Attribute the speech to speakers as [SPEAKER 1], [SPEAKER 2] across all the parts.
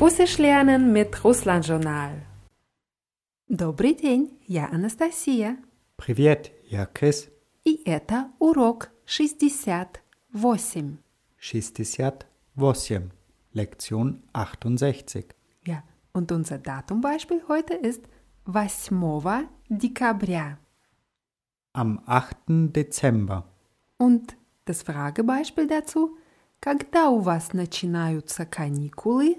[SPEAKER 1] Russisch lernen mit Russland Journal. Добрый день, я Анастасия,
[SPEAKER 2] Привет, я Крис.
[SPEAKER 1] и это урок 68.
[SPEAKER 2] 68. Lektion 68.
[SPEAKER 1] Ja, und unser Datumbeispiel heute ist 8. Dekabrя.
[SPEAKER 2] Am 8. Dezember.
[SPEAKER 1] Und das Fragebeispiel dazu, когда у вас начинаются каникулы?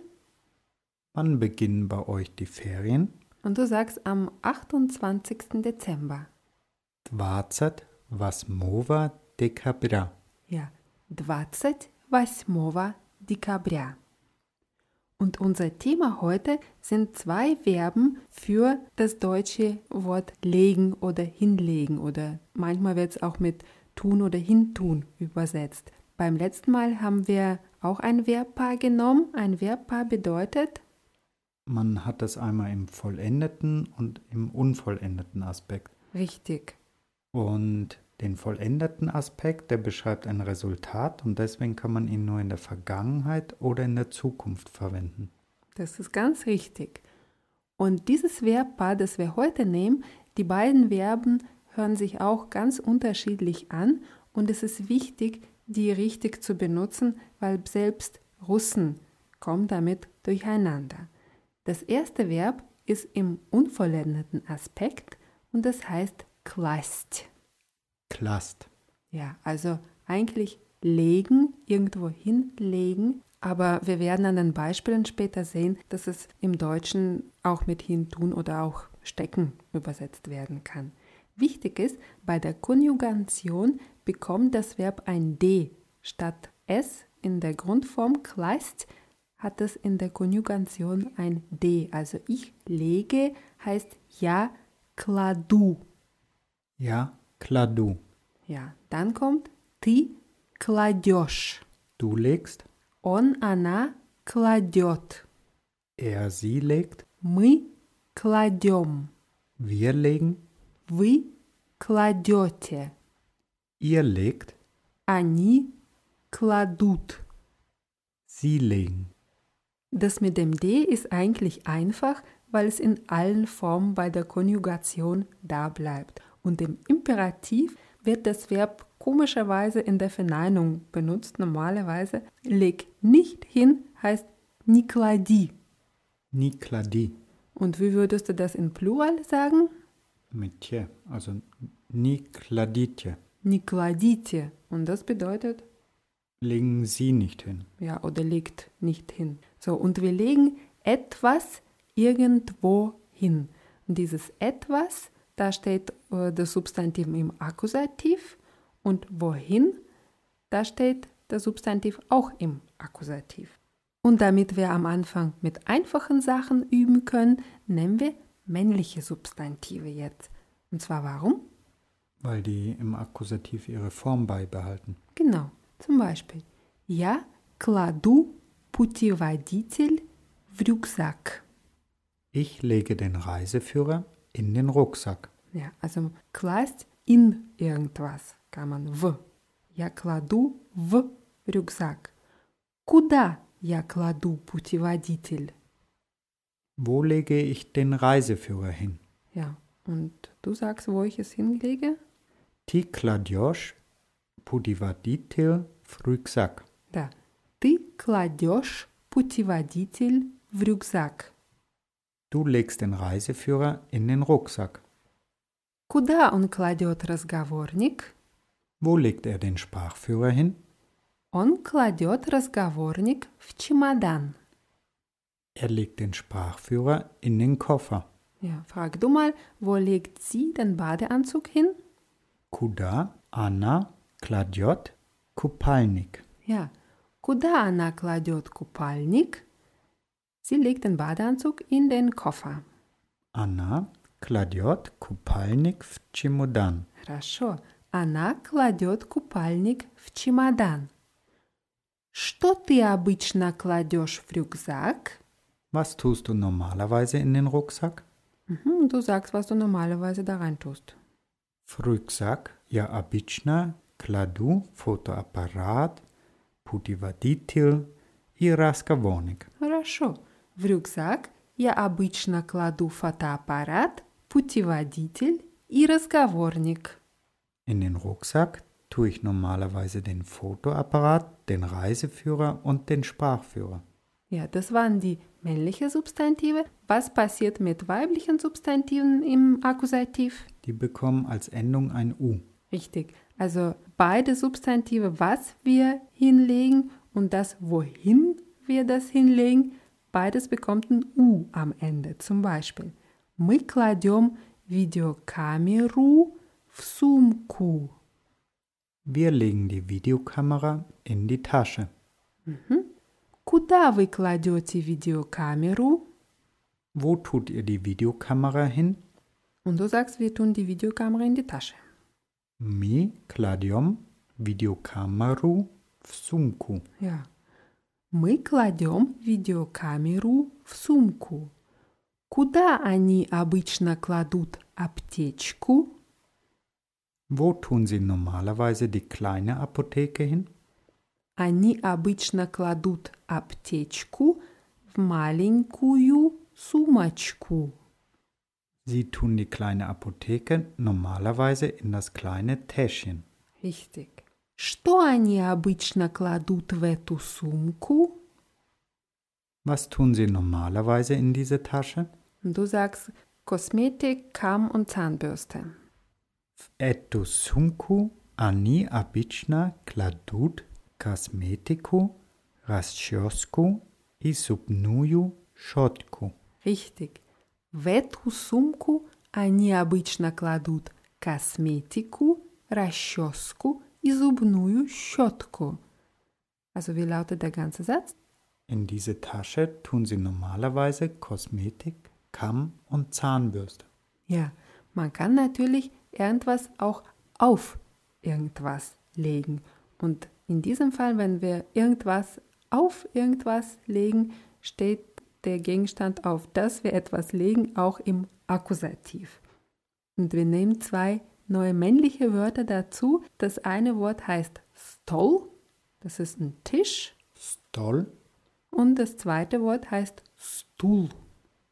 [SPEAKER 2] Wann beginnen bei euch die Ferien?
[SPEAKER 1] Und du sagst am 28. Dezember.
[SPEAKER 2] Dvacet Vasmova Dekabra.
[SPEAKER 1] Ja, 28. Dekabrя. Und unser Thema heute sind zwei Verben für das deutsche Wort legen oder hinlegen oder manchmal wird es auch mit tun oder hintun übersetzt. Beim letzten Mal haben wir auch ein Verbpaar genommen. Ein Verbpaar bedeutet
[SPEAKER 2] Man hat das einmal im vollendeten und im unvollendeten Aspekt.
[SPEAKER 1] richtig.
[SPEAKER 2] Und den vollendeten Aspekt, der beschreibt ein Resultat und deswegen kann man ihn nur in der Vergangenheit oder in der Zukunft verwenden.
[SPEAKER 1] Das ist ganz richtig. Und dieses Verbpaar, das wir heute nehmen, die beiden Verben hören sich auch ganz unterschiedlich an und es ist wichtig, die richtig zu benutzen, weil selbst Russen kommen damit durcheinander. Das erste Verb ist im unvollendeten Aspekt und das heißt klast.
[SPEAKER 2] Klast.
[SPEAKER 1] Ja, also eigentlich legen, irgendwo hinlegen. Aber wir werden an den Beispielen später sehen, dass es im Deutschen auch mit hintun oder auch stecken übersetzt werden kann. Wichtig ist, bei der Konjugation bekommt das Verb ein D. Statt S in der Grundform kleist hat es in der Konjugation ein D. Also ich lege heißt ja kladu.
[SPEAKER 2] Ja, kladu.
[SPEAKER 1] Ja, dann kommt ты кладешь.
[SPEAKER 2] Du legst,
[SPEAKER 1] Он, она кладет.
[SPEAKER 2] er, sie legt,
[SPEAKER 1] Мы кладем.
[SPEAKER 2] wir legen,
[SPEAKER 1] Вы кладете.
[SPEAKER 2] ihr legt,
[SPEAKER 1] Они кладут.
[SPEAKER 2] sie legen.
[SPEAKER 1] Das mit dem D ist eigentlich einfach, weil es in allen Formen bei der Konjugation da bleibt. Und im Imperativ wird das Verb komischerweise in der Verneinung benutzt. Normalerweise leg nicht hin heißt не клади.
[SPEAKER 2] Ni kladi.
[SPEAKER 1] Und wie würdest du das in Plural sagen?
[SPEAKER 2] Mit tje, also ni kladitje.
[SPEAKER 1] Не кладите. Und das bedeutet,
[SPEAKER 2] Legen sie nicht hin.
[SPEAKER 1] ja, oder legt nicht hin. So, und wir legen etwas irgendwo hin. Und dieses etwas, da steht äh, das Substantiv im Akkusativ und wohin, da steht das Substantiv auch im Akkusativ. Und damit wir am Anfang mit einfachen Sachen üben können, nehmen wir männliche Substantive jetzt. Und zwar warum?
[SPEAKER 2] Weil die im Akkusativ ihre Form beibehalten.
[SPEAKER 1] Genau, zum Beispiel. Я кладу путеводитель в рюкзак.
[SPEAKER 2] Ich lege den Reiseführer in den Rucksack.
[SPEAKER 1] Ja, also класть in irgendwas kann man в. Я кладу в рюкзак. Куда я кладу путеводитель?
[SPEAKER 2] Wo lege ich den Reiseführer hin?
[SPEAKER 1] Ja, und du sagst, wo ich es hinlege?
[SPEAKER 2] Ti kladjosch pudivaditil Rucksack.
[SPEAKER 1] Да. Ты кладешь путеводитель в рюкзак.
[SPEAKER 2] Du legst den Reiseführer in den Rucksack.
[SPEAKER 1] Куда он кладет разговорник?
[SPEAKER 2] Wo legt er den Sprachführer hin?
[SPEAKER 1] Он кладет разговорник в чемодан.
[SPEAKER 2] Er legt den Sprachführer in den Koffer.
[SPEAKER 1] Ja, frag du mal, wo legt sie den Badeanzug hin?
[SPEAKER 2] Kuda, Anna, Kladjot, Kupalnik.
[SPEAKER 1] Ja, куда она кладет купальник? Sie legt den Badeanzug in den Koffer.
[SPEAKER 2] Anna, Kladjot, Kupalnik, w Чемодан.
[SPEAKER 1] Хорошо. Она кладет купальник в чемодан. Что ты обычно кладешь в рюкзак?
[SPEAKER 2] Was tust du normalerweise in den Rucksack?
[SPEAKER 1] Mhm, du sagst, was du normalerweise da rein tust.
[SPEAKER 2] В Rucksack, ja обычно, кладу фотоаппарат, путеводитель и разговорник.
[SPEAKER 1] Хорошо. В рюкзак я обычно кладу фотоаппарат, путеводитель и разговорник.
[SPEAKER 2] In den Rucksack tue ich normalerweise den Fotoapparat, den Reiseführer und den Sprachführer.
[SPEAKER 1] Ja, das waren die männlichen Substantive. Was passiert mit weiblichen Substantiven im Akkusativ?
[SPEAKER 2] Die bekommen als Endung ein U.
[SPEAKER 1] Richtig. Also beide Substantive, was wir hinlegen und das, wohin wir das hinlegen, beides bekommt ein U am Ende. Zum Beispiel, мы кладем видеокамеру в сумку.
[SPEAKER 2] Wir legen die Videokamera in die Tasche.
[SPEAKER 1] Куда вы кладете видеокамеру?
[SPEAKER 2] Wo tut ihr die Videokamera hin?
[SPEAKER 1] Und du sagst, wir tun die Videokamera in die Tasche.
[SPEAKER 2] Mi kladiom videokameru v sumku.
[SPEAKER 1] Ja. Мы кладем видеокамеру в сумку. Куда они обычно кладут аптечку?
[SPEAKER 2] Wo tun sie normalerweise die kleine Apotheke hin?
[SPEAKER 1] Они обычно кладут аптечку в маленькую сумочку.
[SPEAKER 2] Sie tun die kleine Apotheke normalerweise in das kleine Täschchen.
[SPEAKER 1] Richtig. Что они обычно кладут в эту сумку?
[SPEAKER 2] Was tun sie normalerweise in diese Tasche?
[SPEAKER 1] Du sagst Kosmetik, Kamm und Zahnbürste.
[SPEAKER 2] В эту сумку они обычно кладут косметику, расческу и зубную щетку.
[SPEAKER 1] Richtig. В эту сумку они обычно кладут косметику, расческу и зубную щетку. Also wie lautet der ganze Satz?
[SPEAKER 2] In diese Tasche tun sie normalerweise Kosmetik, Kamm und Zahnbürste.
[SPEAKER 1] Ja, man kann natürlich irgendwas auch auf irgendwas legen. Und in diesem Fall, wenn wir irgendwas auf irgendwas legen, steht der Gegenstand, auf das wir etwas legen, auch im Akkusativ. Und wir nehmen zwei neue männliche Wörter dazu. Das eine Wort heißt Stol, das ist ein Tisch,
[SPEAKER 2] Stoll,
[SPEAKER 1] und das zweite Wort heißt Stuhl.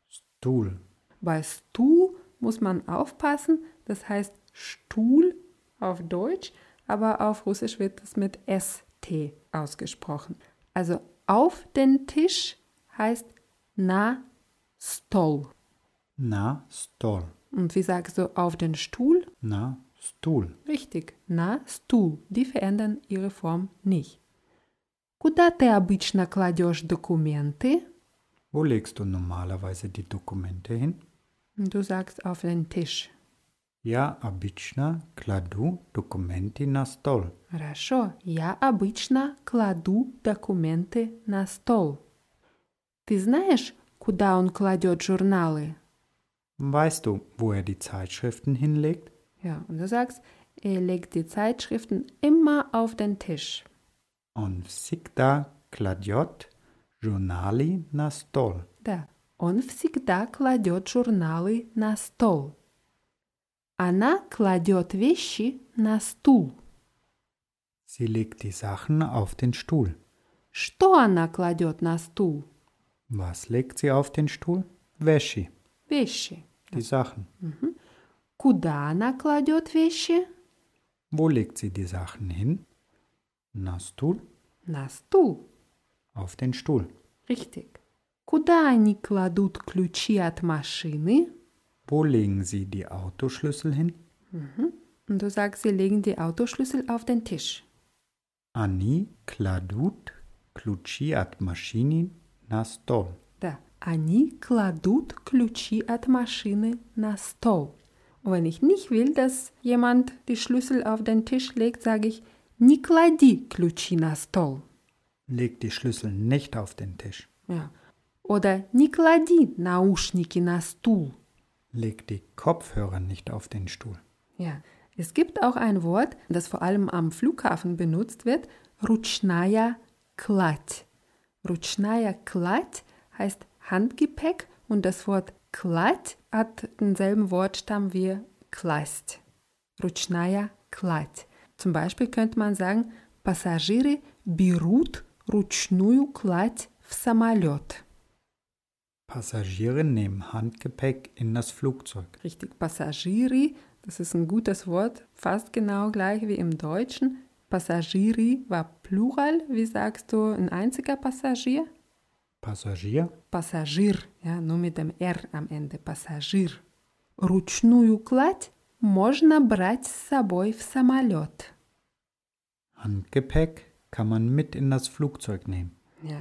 [SPEAKER 2] Stuhl.
[SPEAKER 1] Bei Stuhl muss man aufpassen, das heißt Stuhl auf Deutsch, aber auf Russisch wird es mit ST ausgesprochen. Also auf den Tisch heißt na Stol.
[SPEAKER 2] Na, Stoll.
[SPEAKER 1] Und wie sagst du auf den Stuhl?
[SPEAKER 2] Na, Stuhl.
[SPEAKER 1] Richtig, na Stuhl. Die verändern ihre Form nicht. Куда ты обычно кладешь документы?
[SPEAKER 2] Wo legst du normalerweise die Dokumente hin?
[SPEAKER 1] Du sagst auf den Tisch.
[SPEAKER 2] Ja, обычно кладу документы на стол.
[SPEAKER 1] Хорошо, я обычно кладу документы на стол. Ты знаешь, куда он кладет журналы?
[SPEAKER 2] Weißt du, wo er die Zeitschriften hinlegt?
[SPEAKER 1] Ja, und du sagst, er legt die Zeitschriften immer auf den Tisch.
[SPEAKER 2] Он всегда кладет журналы на стол.
[SPEAKER 1] Да, он всегда кладет журналы на стол. Она кладет вещи на стул.
[SPEAKER 2] Sie legt die Sachen auf den Stuhl.
[SPEAKER 1] Что она кладет на стул?
[SPEAKER 2] Was legt sie auf den Stuhl? Wäsche,
[SPEAKER 1] Вещи.
[SPEAKER 2] die Sachen.
[SPEAKER 1] Куда она кладет вещи?
[SPEAKER 2] Wo legt sie die Sachen hin? Na Stuhl,
[SPEAKER 1] На стул.
[SPEAKER 2] auf den Stuhl.
[SPEAKER 1] Richtig. Куда они кладут ключи от машины?
[SPEAKER 2] Wo legen sie die Autoschlüssel hin?
[SPEAKER 1] Und du sagst, sie legen die Autoschlüssel auf den Tisch.
[SPEAKER 2] Они кладут ключи от машины на стол.
[SPEAKER 1] Да. Они кладут ключи от машины на стол. Und wenn ich nicht will, dass jemand die Schlüssel auf den Tisch legt, sage ich, не клади ключи на стол.
[SPEAKER 2] Legt die Schlüssel nicht auf den Tisch.
[SPEAKER 1] Ja. Oder не клади наушники на стул.
[SPEAKER 2] Legt die Kopfhörer nicht auf den Stuhl.
[SPEAKER 1] Ja. Es gibt auch ein Wort, das vor allem am Flughafen benutzt wird, ручная кладь. Ручная кладь heißt Handgepäck und das Wort кладь hat denselben Wortstamm wie класть. Ручная кладь. Zum Beispiel könnte man sagen, Passagiere берут ручную кладь в самолет.
[SPEAKER 2] Passagiere nehmen Handgepäck in das Flugzeug.
[SPEAKER 1] Richtig, Passagieri, das ist ein gutes Wort, fast genau gleich wie im Deutschen. Passagieri war Plural, wie sagst du, ein einziger Passagier?
[SPEAKER 2] Passagier?
[SPEAKER 1] Passagier, ja, nur mit dem R am Ende, Passagier. Ручную кладь можно брать с собой в самолет.
[SPEAKER 2] Handgepäck kann man mit in das Flugzeug nehmen.
[SPEAKER 1] Ja,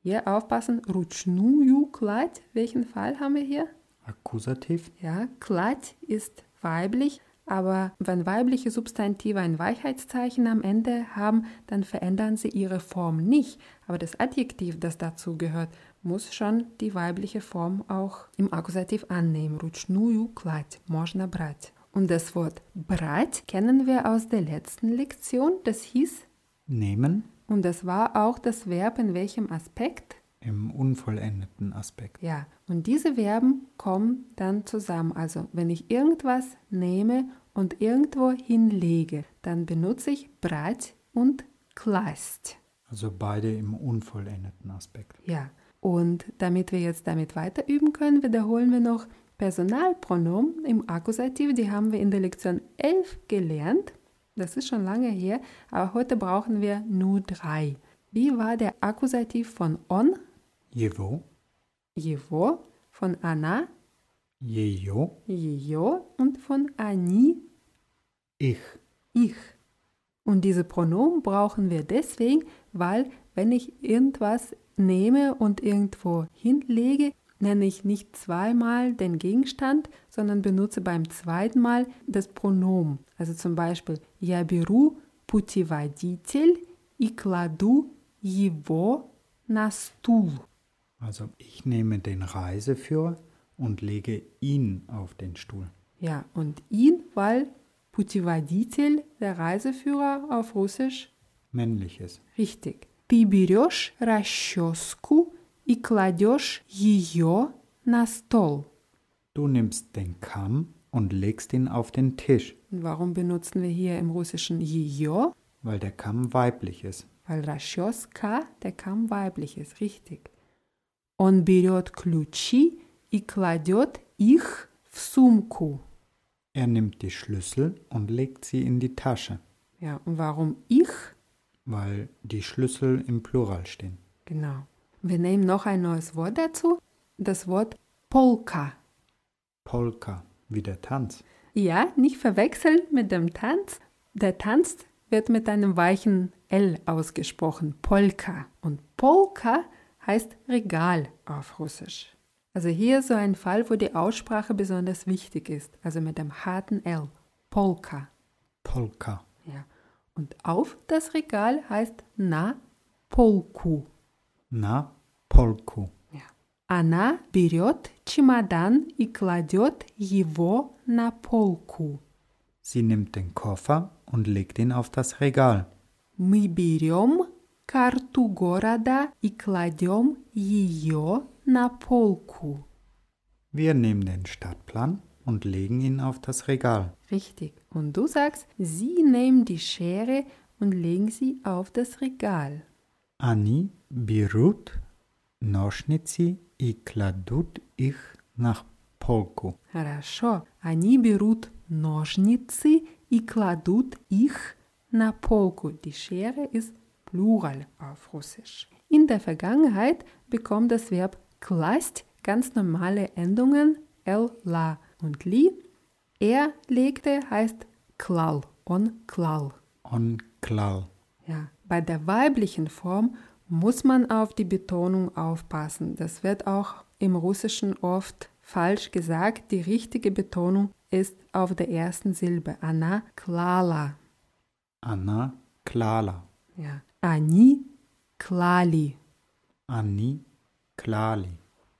[SPEAKER 1] hier aufpassen, ручную кладь, welchen Fall haben wir hier?
[SPEAKER 2] Akkusativ?
[SPEAKER 1] Ja, klat ist weiblich, aber wenn weibliche Substantive ein Weichheitszeichen am Ende haben, dann verändern sie ihre Form nicht. Aber das Adjektiv, das dazu gehört, muss schon die weibliche Form auch im Akkusativ annehmen. Rutschnuju klat, можно брать. Und das Wort breit kennen wir aus der letzten Lektion. Das hieß
[SPEAKER 2] Nehmen
[SPEAKER 1] und das war auch das Verb in welchem Aspekt?
[SPEAKER 2] im unvollendeten Aspekt.
[SPEAKER 1] Ja, und diese Verben kommen dann zusammen. Also, wenn ich irgendwas nehme und irgendwo hinlege, dann benutze ich breit und kleist.
[SPEAKER 2] Also beide im unvollendeten Aspekt.
[SPEAKER 1] Ja, und damit wir jetzt damit weiter üben können, wiederholen wir noch Personalpronomen im Akkusativ. Die haben wir in der Lektion 11 gelernt. Das ist schon lange her, aber heute brauchen wir nur drei. Wie war der Akkusativ von on,
[SPEAKER 2] Jewo,
[SPEAKER 1] его, von она,
[SPEAKER 2] jejo,
[SPEAKER 1] ее und von они,
[SPEAKER 2] ich.
[SPEAKER 1] ich. Und diese Pronomen brauchen wir deswegen, weil wenn ich irgendwas nehme und irgendwo hinlege, nenne ich nicht zweimal den Gegenstand, sondern benutze beim zweiten Mal das Pronomen. Also zum Beispiel я беру путеводитель и кладу его на стул.
[SPEAKER 2] Also ich nehme den Reiseführer und lege ihn auf den Stuhl.
[SPEAKER 1] Ja, und ihn, weil путеводитель, der Reiseführer auf Russisch,
[SPEAKER 2] Männliches.
[SPEAKER 1] Richtig. Ты берешь расческу и кладешь ее на стол.
[SPEAKER 2] Du nimmst den Kamm und legst ihn auf den Tisch,
[SPEAKER 1] Und warum benutzen wir hier im Russischen ее?
[SPEAKER 2] weil der Kamm weiblich ist.
[SPEAKER 1] Weil расческа, der Kamm weiblich ist. Richtig. Он берет ключи и кладет их в сумку.
[SPEAKER 2] Er nimmt die Schlüssel und legt sie in die Tasche,
[SPEAKER 1] Ja, und warum ich?
[SPEAKER 2] weil die Schlüssel im Plural stehen.
[SPEAKER 1] Genau. Wir nehmen noch ein neues Wort dazu. Das Wort Polka.
[SPEAKER 2] Polka, wie der Tanz.
[SPEAKER 1] Ja, nicht verwechseln mit dem Tanz. Der Tanz wird mit einem weichen L ausgesprochen, Polka. Und Polka heißt Regal auf Russisch. Also hier so ein Fall, wo die Aussprache besonders wichtig ist, also mit dem harten L, Polka.
[SPEAKER 2] Polka.
[SPEAKER 1] Ja. Und auf das Regal heißt na Polku.
[SPEAKER 2] Na, Polku.
[SPEAKER 1] Она берет чемодан и кладет его на полку.
[SPEAKER 2] Sie nimmt den Koffer und legt ihn auf das Regal.
[SPEAKER 1] Мы берем карту города и кладем ее на полку.
[SPEAKER 2] Wir nehmen den Stadtplan und legen ihn auf das Regal.
[SPEAKER 1] Richtig. Und du sagst, sie nehmen die Schere und legen sie auf das Regal.
[SPEAKER 2] Ani birut noschnici i kladut ich nach Polku.
[SPEAKER 1] Хорошо. Они берут ножницы и кладут их на полку. Die Schere ist Plural auf Russisch. In der Vergangenheit bekommt das Verb klast ganz normale Endungen l, la und li. Er legte heißt klal, on klal.
[SPEAKER 2] On klal.
[SPEAKER 1] Ja, bei der weiblichen Form muss man auf die Betonung aufpassen. Das wird auch im Russischen oft falsch gesagt. Die richtige Betonung ist auf der ersten Silbe. Anna klala.
[SPEAKER 2] Anna klala.
[SPEAKER 1] Ja. Ani klali.
[SPEAKER 2] Ani klali.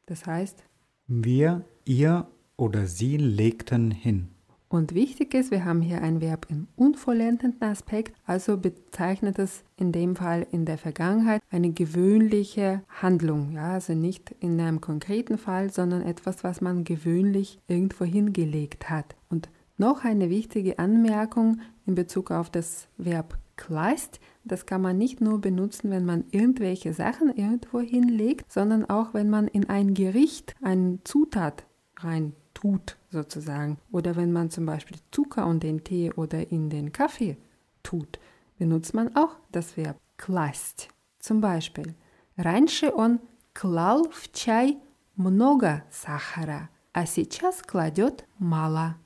[SPEAKER 1] Das heißt,
[SPEAKER 2] Wir, ihr oder sie legten hin.
[SPEAKER 1] und wichtig ist, wir haben hier ein Verb im unvollendeten Aspekt, also bezeichnet es in dem Fall in der Vergangenheit eine gewöhnliche Handlung. Ja, also nicht in einem konkreten Fall, sondern etwas, was man gewöhnlich irgendwo hingelegt hat. Und noch eine wichtige Anmerkung in Bezug auf das Verb Kleist, das kann man nicht nur benutzen, wenn man irgendwelche Sachen irgendwo hinlegt, sondern auch wenn man in ein Gericht eine Zutat rein tut, sozusagen. Oder wenn man zum Beispiel Zucker in den Tee oder in den Kaffee tut, benutzt man auch das Verb класть. Zum Beispiel, раньше он клал в чай много сахара, а сейчас кладет мало.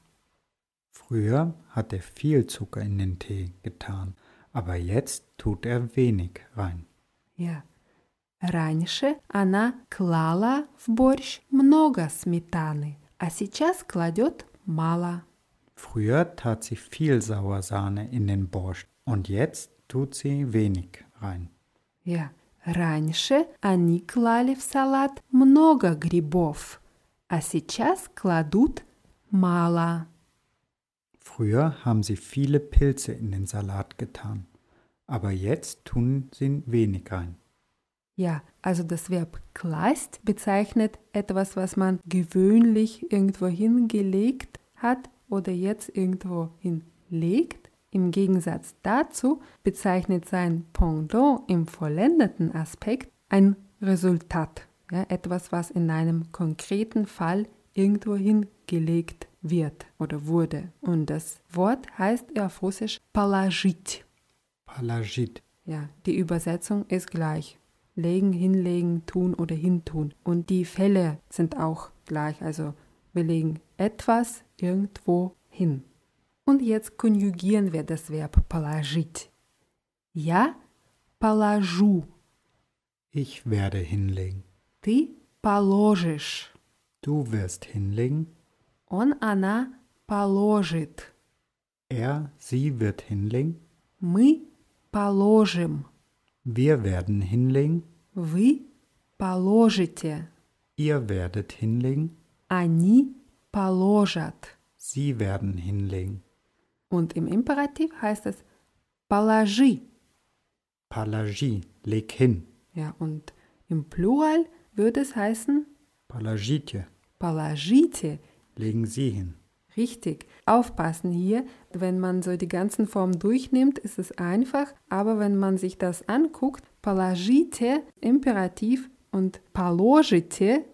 [SPEAKER 2] Früher hat er viel Zucker in den Tee getan, aber jetzt tut er wenig rein.
[SPEAKER 1] Ja. Раньше она клала в борщ много сметаны, а сейчас кладет мало.
[SPEAKER 2] Früher tat sie viel Sauersahne in den Borscht und jetzt tut sie wenig rein.
[SPEAKER 1] Ja. Раньше они клали в салат много грибов, а сейчас кладут мало.
[SPEAKER 2] Früher haben sie viele Pilze in den Salat getan, aber jetzt tun sie wenig rein.
[SPEAKER 1] Ja, also das Verb kleist bezeichnet etwas, was man gewöhnlich irgendwo hingelegt hat oder jetzt irgendwo hinlegt. Im Gegensatz dazu bezeichnet sein Pendant im vollendeten Aspekt ein Resultat, ja, etwas, was in einem konkreten Fall irgendwo hingelegt wird oder wurde. Und das Wort heißt auf Russisch palajit.
[SPEAKER 2] Palagit.
[SPEAKER 1] Ja, die Übersetzung ist gleich. Legen, hinlegen, tun oder hintun. Und die Fälle sind auch gleich. Also wir legen etwas irgendwo hin. Und jetzt konjugieren wir das Verb palajit. Я положу.
[SPEAKER 2] Ich werde hinlegen.
[SPEAKER 1] Ты положишь.
[SPEAKER 2] Du wirst hinlegen.
[SPEAKER 1] Он, она положит.
[SPEAKER 2] Er, sie wird hinlegen.
[SPEAKER 1] Мы положим.
[SPEAKER 2] Wir werden hinlegen.
[SPEAKER 1] Вы положите.
[SPEAKER 2] Ihr werdet hinlegen.
[SPEAKER 1] Они положат.
[SPEAKER 2] Sie werden hinlegen.
[SPEAKER 1] Und im Imperativ heißt es положи.
[SPEAKER 2] Palagie, leg hin.
[SPEAKER 1] Ja, und im Plural würde es heißen
[SPEAKER 2] Palagitje,
[SPEAKER 1] положите.
[SPEAKER 2] legen Sie hin.
[SPEAKER 1] Richtig. Aufpassen hier, wenn man so die ganzen Formen durchnimmt, ist es einfach, aber wenn man sich das anguckt, положите Imperativ und положите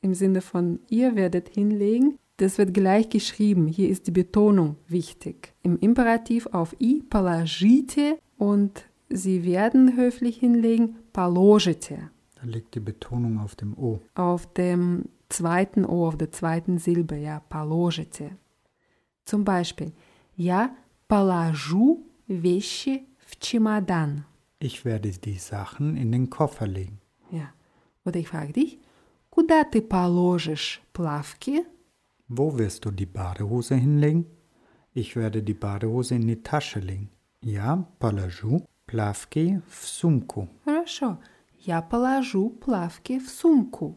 [SPEAKER 1] im Sinne von ihr werdet hinlegen, das wird gleich geschrieben. Hier ist die Betonung wichtig. Im Imperativ auf i положите und sie werden höflich hinlegen, положите.
[SPEAKER 2] Da liegt die Betonung auf dem O.
[SPEAKER 1] auf dem zweiten O, auf der zweiten Silbe, ja, положите. Zum Beispiel, я положу вещи в чемодан.
[SPEAKER 2] Ich werde die Sachen in den Koffer legen.
[SPEAKER 1] Ja. Oder ich frage dich, куда ты положишь плавки?
[SPEAKER 2] Wo wirst du die Badehose hinlegen? Ich werde die Badehose in die Tasche legen. Ja, palaju, plavki, v sumku.
[SPEAKER 1] Хорошо, я положу плавки в сумку.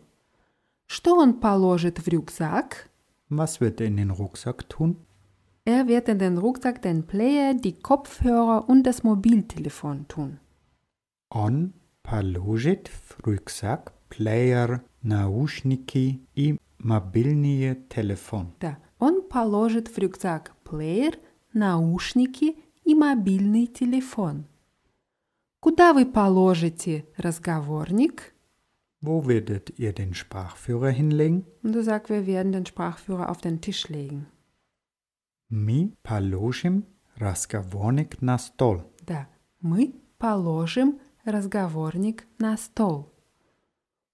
[SPEAKER 1] Что он положит в рюкзак?
[SPEAKER 2] Was wird er in den Rucksack tun?
[SPEAKER 1] Er wird in den Rucksack den Player, die Kopfhörer und das Mobiltelefon tun.
[SPEAKER 2] On palujit v Rucksack, player, naushniki i mobilnie telefon.
[SPEAKER 1] Да, он положит в рюкзак плеер, наушники и мобильный телефон. Куда вы положите разговорник?
[SPEAKER 2] Wo werdet ihr den Sprachführer hinlegen?
[SPEAKER 1] Und du sagst, wir werden den Sprachführer auf den Tisch legen.
[SPEAKER 2] Mi palujim raskavornik na stol.
[SPEAKER 1] Да, мы положим разговорник на стол.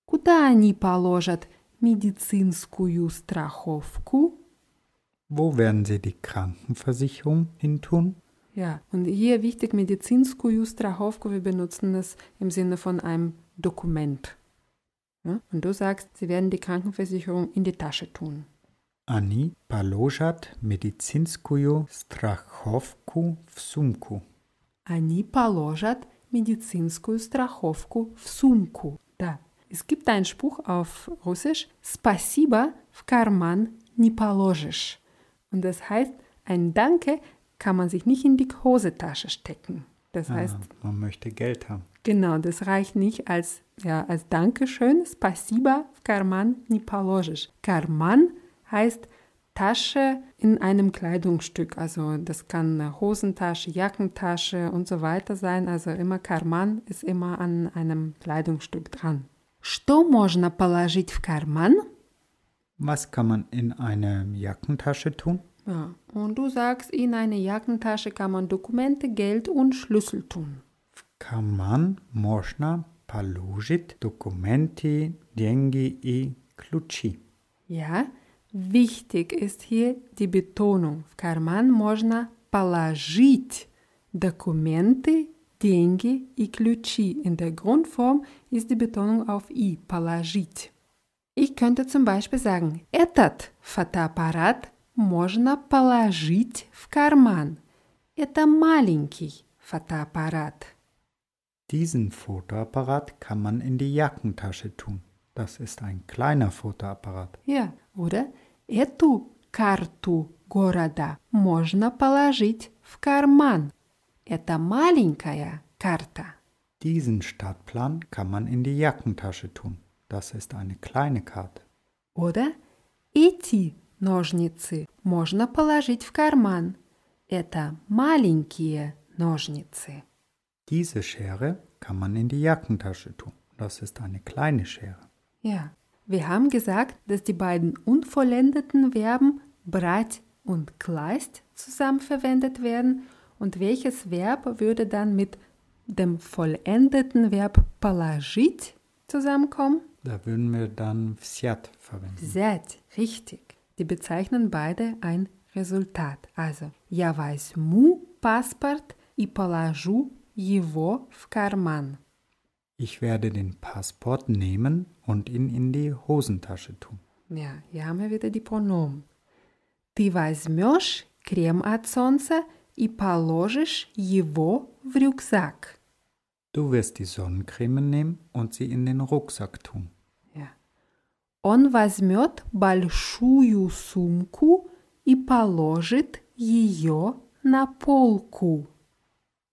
[SPEAKER 1] Куда они положат медицинскую страховку?
[SPEAKER 2] Wo werden sie die Krankenversicherung hintun?
[SPEAKER 1] Ja, und hier wichtig medizinskую страховку, wir benutzen es im Sinne von einem Dokument. Ja? Und du sagst, sie werden die Krankenversicherung in die Tasche tun.
[SPEAKER 2] Ani palojat medizinskuju strachowku w sumku.
[SPEAKER 1] Они положат медицинскую страховку в сумку. Да. Es gibt einen Spruch auf Russisch, спасибо в карман не положишь. Und das heißt, ein Danke kann man sich nicht in die Hosentasche stecken. Das heißt,
[SPEAKER 2] Ah, man möchte Geld haben.
[SPEAKER 1] Genau, das reicht nicht als, ja, als Dankeschön. Спасибо в карман не положишь. Карман heißt Tasche in einem Kleidungsstück. Also das kann eine Hosentasche, Jackentasche und so weiter sein. Also immer Karman ist immer an einem Kleidungsstück dran. Что можно положить в карман?
[SPEAKER 2] Was kann man in eine Jackentasche tun?
[SPEAKER 1] Ja, und du sagst, in eine Jackentasche kann man Dokumente, Geld und Schlüssel tun.
[SPEAKER 2] Kann man можно положить документы, деньги и ключи?
[SPEAKER 1] Ja, wichtig ist hier die Betonung. В карман можно положить Dokumente, деньги и ключи. In der Grundform ist die Betonung auf i, положить. Ich könnte zum Beispiel sagen, этот фотоаппарат можно положить в карман. Это маленький фотоаппарат.
[SPEAKER 2] Diesen Fotoapparat kann man in die Jackentasche tun. Das ist ein kleiner Fotoapparat.
[SPEAKER 1] Ja, oder? Эту карту города можно положить в карман. Это маленькая карта.
[SPEAKER 2] Diesen Stadtplan kann man in die Jackentasche tun. Das ist eine kleine Karte.
[SPEAKER 1] Oder? Эти ножницы можно положить в карман. Это маленькие ножницы.
[SPEAKER 2] Diese Schere kann man in die Jackentasche tun. Das ist eine kleine Schere.
[SPEAKER 1] Ja, wir haben gesagt, dass die beiden unvollendeten Verben breit und kleist zusammen verwendet werden und welches Verb würde dann mit dem vollendeten Verb положить zusammenkommen?
[SPEAKER 2] Da würden wir dann Fiat verwenden.
[SPEAKER 1] Взять, richtig. Die bezeichnen beide ein Resultat. Also, я возьму паспорт и положу его в карман.
[SPEAKER 2] Ich werde den Passport nehmen und ihn in die Hosentasche tun.
[SPEAKER 1] Ja, hier haben wir wieder die Pronomen. Ты возьмешь крем от солнца и положишь его в рюкзак.
[SPEAKER 2] Du wirst die Sonnencreme nehmen und sie in den Rucksack tun.
[SPEAKER 1] Ja. Он возьмет большую сумку и положит ее на полку.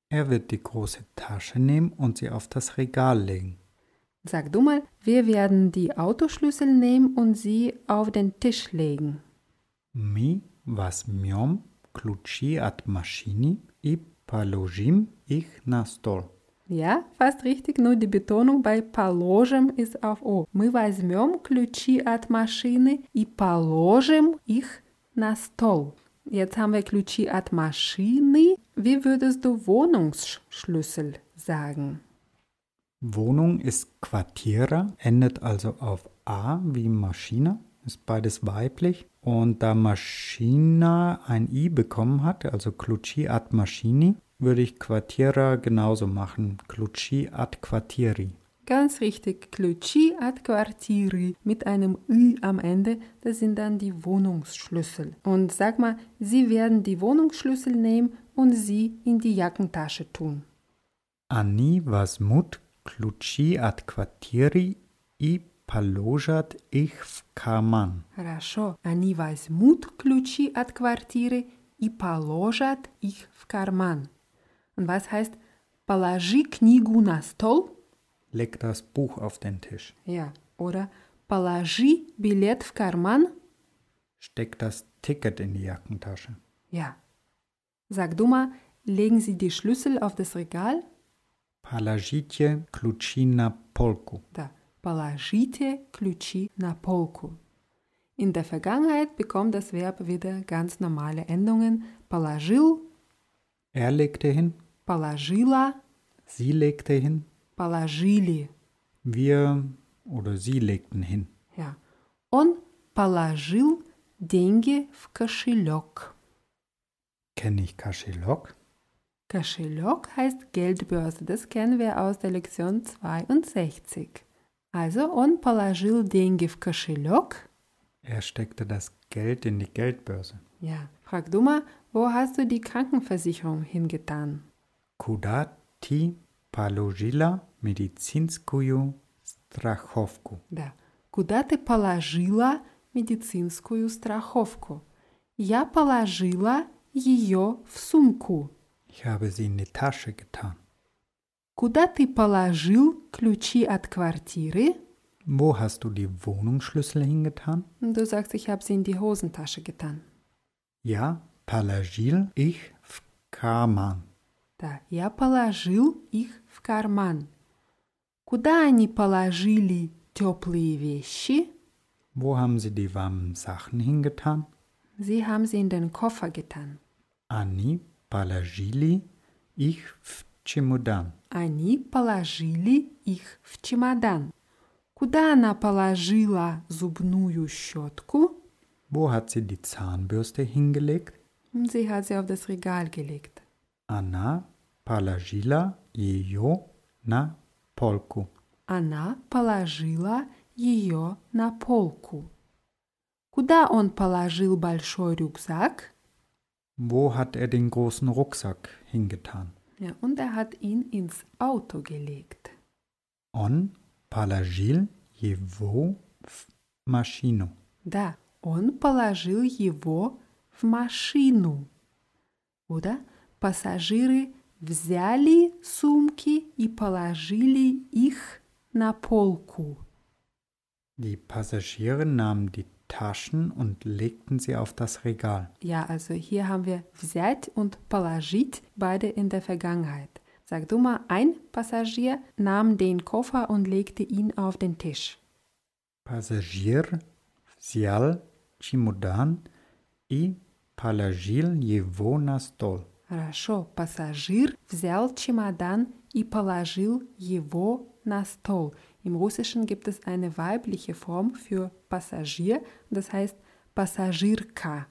[SPEAKER 2] Er wird die große Tasche nehmen und sie auf das Regal legen.
[SPEAKER 1] Sag du mal, wir werden die Autoschlüssel nehmen und sie auf den Tisch legen.
[SPEAKER 2] Mi возьмем ключи от машины и положим их на стол.
[SPEAKER 1] Ja, fast richtig, nur die Betonung bei положим ist auf O. Мы возьмем ключи от машины и положим их на стол. Jetzt haben wir ключи от машины. Wie würdest du Wohnungsschlüssel sagen?
[SPEAKER 2] Wohnung ist Quartiere, endet also auf A wie Maschine, ist beides weiblich. Und da Maschina ein I bekommen hat, also Clucci ad Maschini, würde ich Quartiera genauso machen. Clucci ad Quartieri.
[SPEAKER 1] Ganz richtig, ключи от квартиры mit einem Ü am Ende, das sind dann die Wohnungsschlüssel. Und sag mal, sie werden die Wohnungsschlüssel nehmen und sie in die Jackentasche tun.
[SPEAKER 2] Ani возьмут ключи от квартиры и положат их в карман.
[SPEAKER 1] Хорошо, они возьмут ключи от квартиры и положат их в карман. Und was heißt положи книгу на стол?
[SPEAKER 2] Leg das Buch auf den Tisch.
[SPEAKER 1] Ja, oder положи билет в карман?
[SPEAKER 2] Steck das Ticket in die Jackentasche.
[SPEAKER 1] Ja. Sag du mal, legen Sie die Schlüssel auf das Regal?
[SPEAKER 2] Положите ключи на полку.
[SPEAKER 1] Da. Положите ключи на полку. In der Vergangenheit bekommt das Verb wieder ganz normale Endungen. Положил,
[SPEAKER 2] Er legte hin,
[SPEAKER 1] положила,
[SPEAKER 2] sie legte hin,
[SPEAKER 1] положили.
[SPEAKER 2] wir oder sie legten hin.
[SPEAKER 1] Ja. Он положил деньги в кошелек.
[SPEAKER 2] Kenne ich Kaschelok?
[SPEAKER 1] Кошелек heißt Geldbörse, das kennen wir aus der Lektion 62. Also, он положил деньги в кошелек.
[SPEAKER 2] Er steckte das Geld in die Geldbörse.
[SPEAKER 1] Ja, frag du mal, wo hast du die Krankenversicherung hingetan?
[SPEAKER 2] Куда ти положила медицинскую страховку?
[SPEAKER 1] Да. Куда ты положила медицинскую страховку? Я положила ее в сумку.
[SPEAKER 2] Ich habe sie in die Tasche getan.
[SPEAKER 1] Куда ты положил ключи от квартиры?
[SPEAKER 2] Wo hast du die Wohnungsschlüssel hingetan?
[SPEAKER 1] Und du sagst, ich habe sie in die Hosentasche getan.
[SPEAKER 2] Ja, положил ich в карман.
[SPEAKER 1] Да, я положил их в карман. Куда они положили теплые вещи?
[SPEAKER 2] Wo haben sie die warmen Sachen hingetan?
[SPEAKER 1] Sie haben sie in den Koffer getan.
[SPEAKER 2] Они положили их в чемодан.
[SPEAKER 1] Они положили их в чемодан. Куда она положила зубную щетку?
[SPEAKER 2] Wo hat sie die Zahnbürste hingelegt?
[SPEAKER 1] Sie hat sie auf das Regal gelegt.
[SPEAKER 2] Она положила ее на полку.
[SPEAKER 1] Она положила ее на полку. Куда он положил большой рюкзак?
[SPEAKER 2] Wo hat er den großen Rucksack hingetan?
[SPEAKER 1] Ja, und er hat ihn ins Auto gelegt.
[SPEAKER 2] Он положил его в машину.
[SPEAKER 1] Да, он положил его в машину. Oder? Пассажиры взяли сумки и положили их на полку.
[SPEAKER 2] Die Passagiere nahmen die Taschen und legten sie auf das Regal.
[SPEAKER 1] Ja, also hier haben wir взять und положить beide in der Vergangenheit. Sag du mal, ein Passagier nahm den Koffer und legte ihn auf den Tisch.
[SPEAKER 2] Passagier взял чемодан и положил его на стол.
[SPEAKER 1] Хорошо, пассажир взял чемодан и положил его на стол. Im Russischen gibt es eine weibliche Form für Passagier, das heißt Passagierka.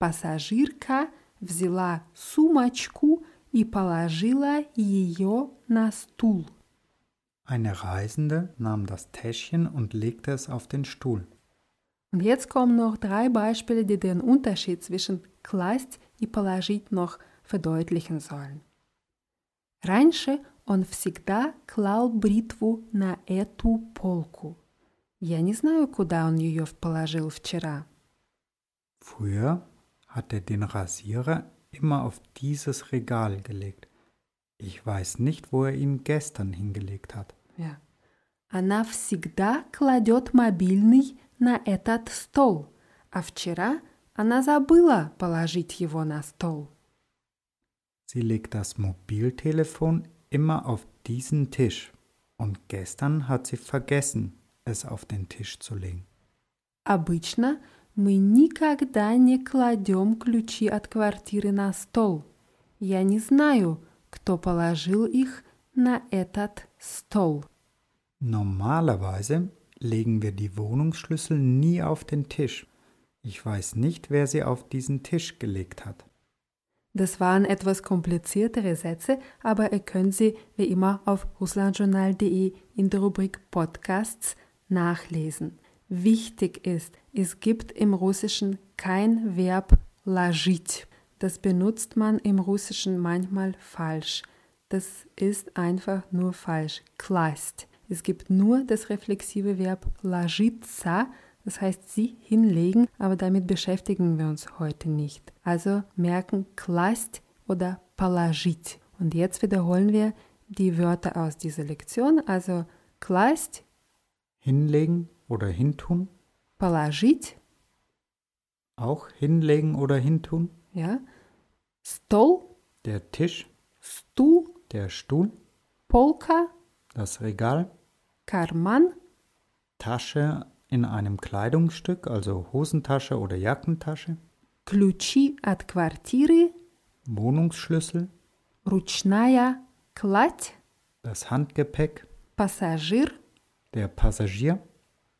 [SPEAKER 1] Passagierka взяла сумочку и положила ее на стул.
[SPEAKER 2] Eine Reisende nahm das Täschchen und legte es auf den Stuhl.
[SPEAKER 1] Und jetzt kommen noch drei Beispiele, die den Unterschied zwischen класть и положить noch verdeutlichen sollen. Раньше он всегда клал бритву на эту полку. Я не знаю, куда он ее положил вчера.
[SPEAKER 2] Früher hat er den Rasierer immer auf dieses Regal gelegt. Ich weiß nicht, wo er ihn gestern hingelegt hat.
[SPEAKER 1] Ja. Она всегда кладет мобильный на этот стол, а вчера она забыла положить его на стол.
[SPEAKER 2] Sie legt das Mobiltelefon immer auf diesen Tisch. Und gestern hat sie vergessen, es auf den Tisch zu legen.
[SPEAKER 1] Обычно мы никогда не кладем ключи от квартиры на стол. Я не знаю, кто положил их на этот стол.
[SPEAKER 2] Normalerweise legen wir die Wohnungsschlüssel nie auf den Tisch. Ich weiß nicht, wer sie auf diesen Tisch gelegt hat.
[SPEAKER 1] Das waren etwas kompliziertere Sätze, aber ihr könnt sie wie immer auf russlandjournal.de in der Rubrik Podcasts nachlesen. Wichtig ist, es gibt im Russischen kein Verb lajit. Das benutzt man im Russischen manchmal falsch. Das ist einfach nur falsch. Klast. Es gibt nur das reflexive Verb lajitsa, das heißt, sie hinlegen, aber damit beschäftigen wir uns heute nicht. Also merken klast oder положить. Und jetzt wiederholen wir die Wörter aus dieser Lektion. Also klast,
[SPEAKER 2] Hinlegen oder hintun?
[SPEAKER 1] положить,
[SPEAKER 2] Auch hinlegen oder hintun?
[SPEAKER 1] ja, стол,
[SPEAKER 2] Der Tisch,
[SPEAKER 1] стул,
[SPEAKER 2] der Stuhl,
[SPEAKER 1] полка,
[SPEAKER 2] das Regal,
[SPEAKER 1] карман,
[SPEAKER 2] Tasche in einem Kleidungsstück, also Hosentasche oder Jackentasche,
[SPEAKER 1] ключи от квартиры,
[SPEAKER 2] Wohnungsschlüssel,
[SPEAKER 1] ручная кладь,
[SPEAKER 2] das Handgepäck,
[SPEAKER 1] пассажир,
[SPEAKER 2] der Passagier,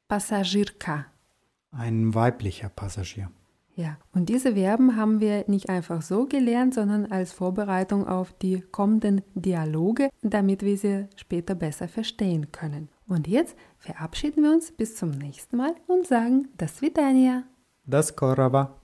[SPEAKER 1] пассажирка.
[SPEAKER 2] ein weiblicher Passagier.
[SPEAKER 1] Ja, und diese Verben haben wir nicht einfach so gelernt, sondern als Vorbereitung auf die kommenden Dialoge, damit wir sie später besser verstehen können. Und jetzt verabschieden wir uns bis zum nächsten Mal und sagen das Vidania.
[SPEAKER 2] Das Korava.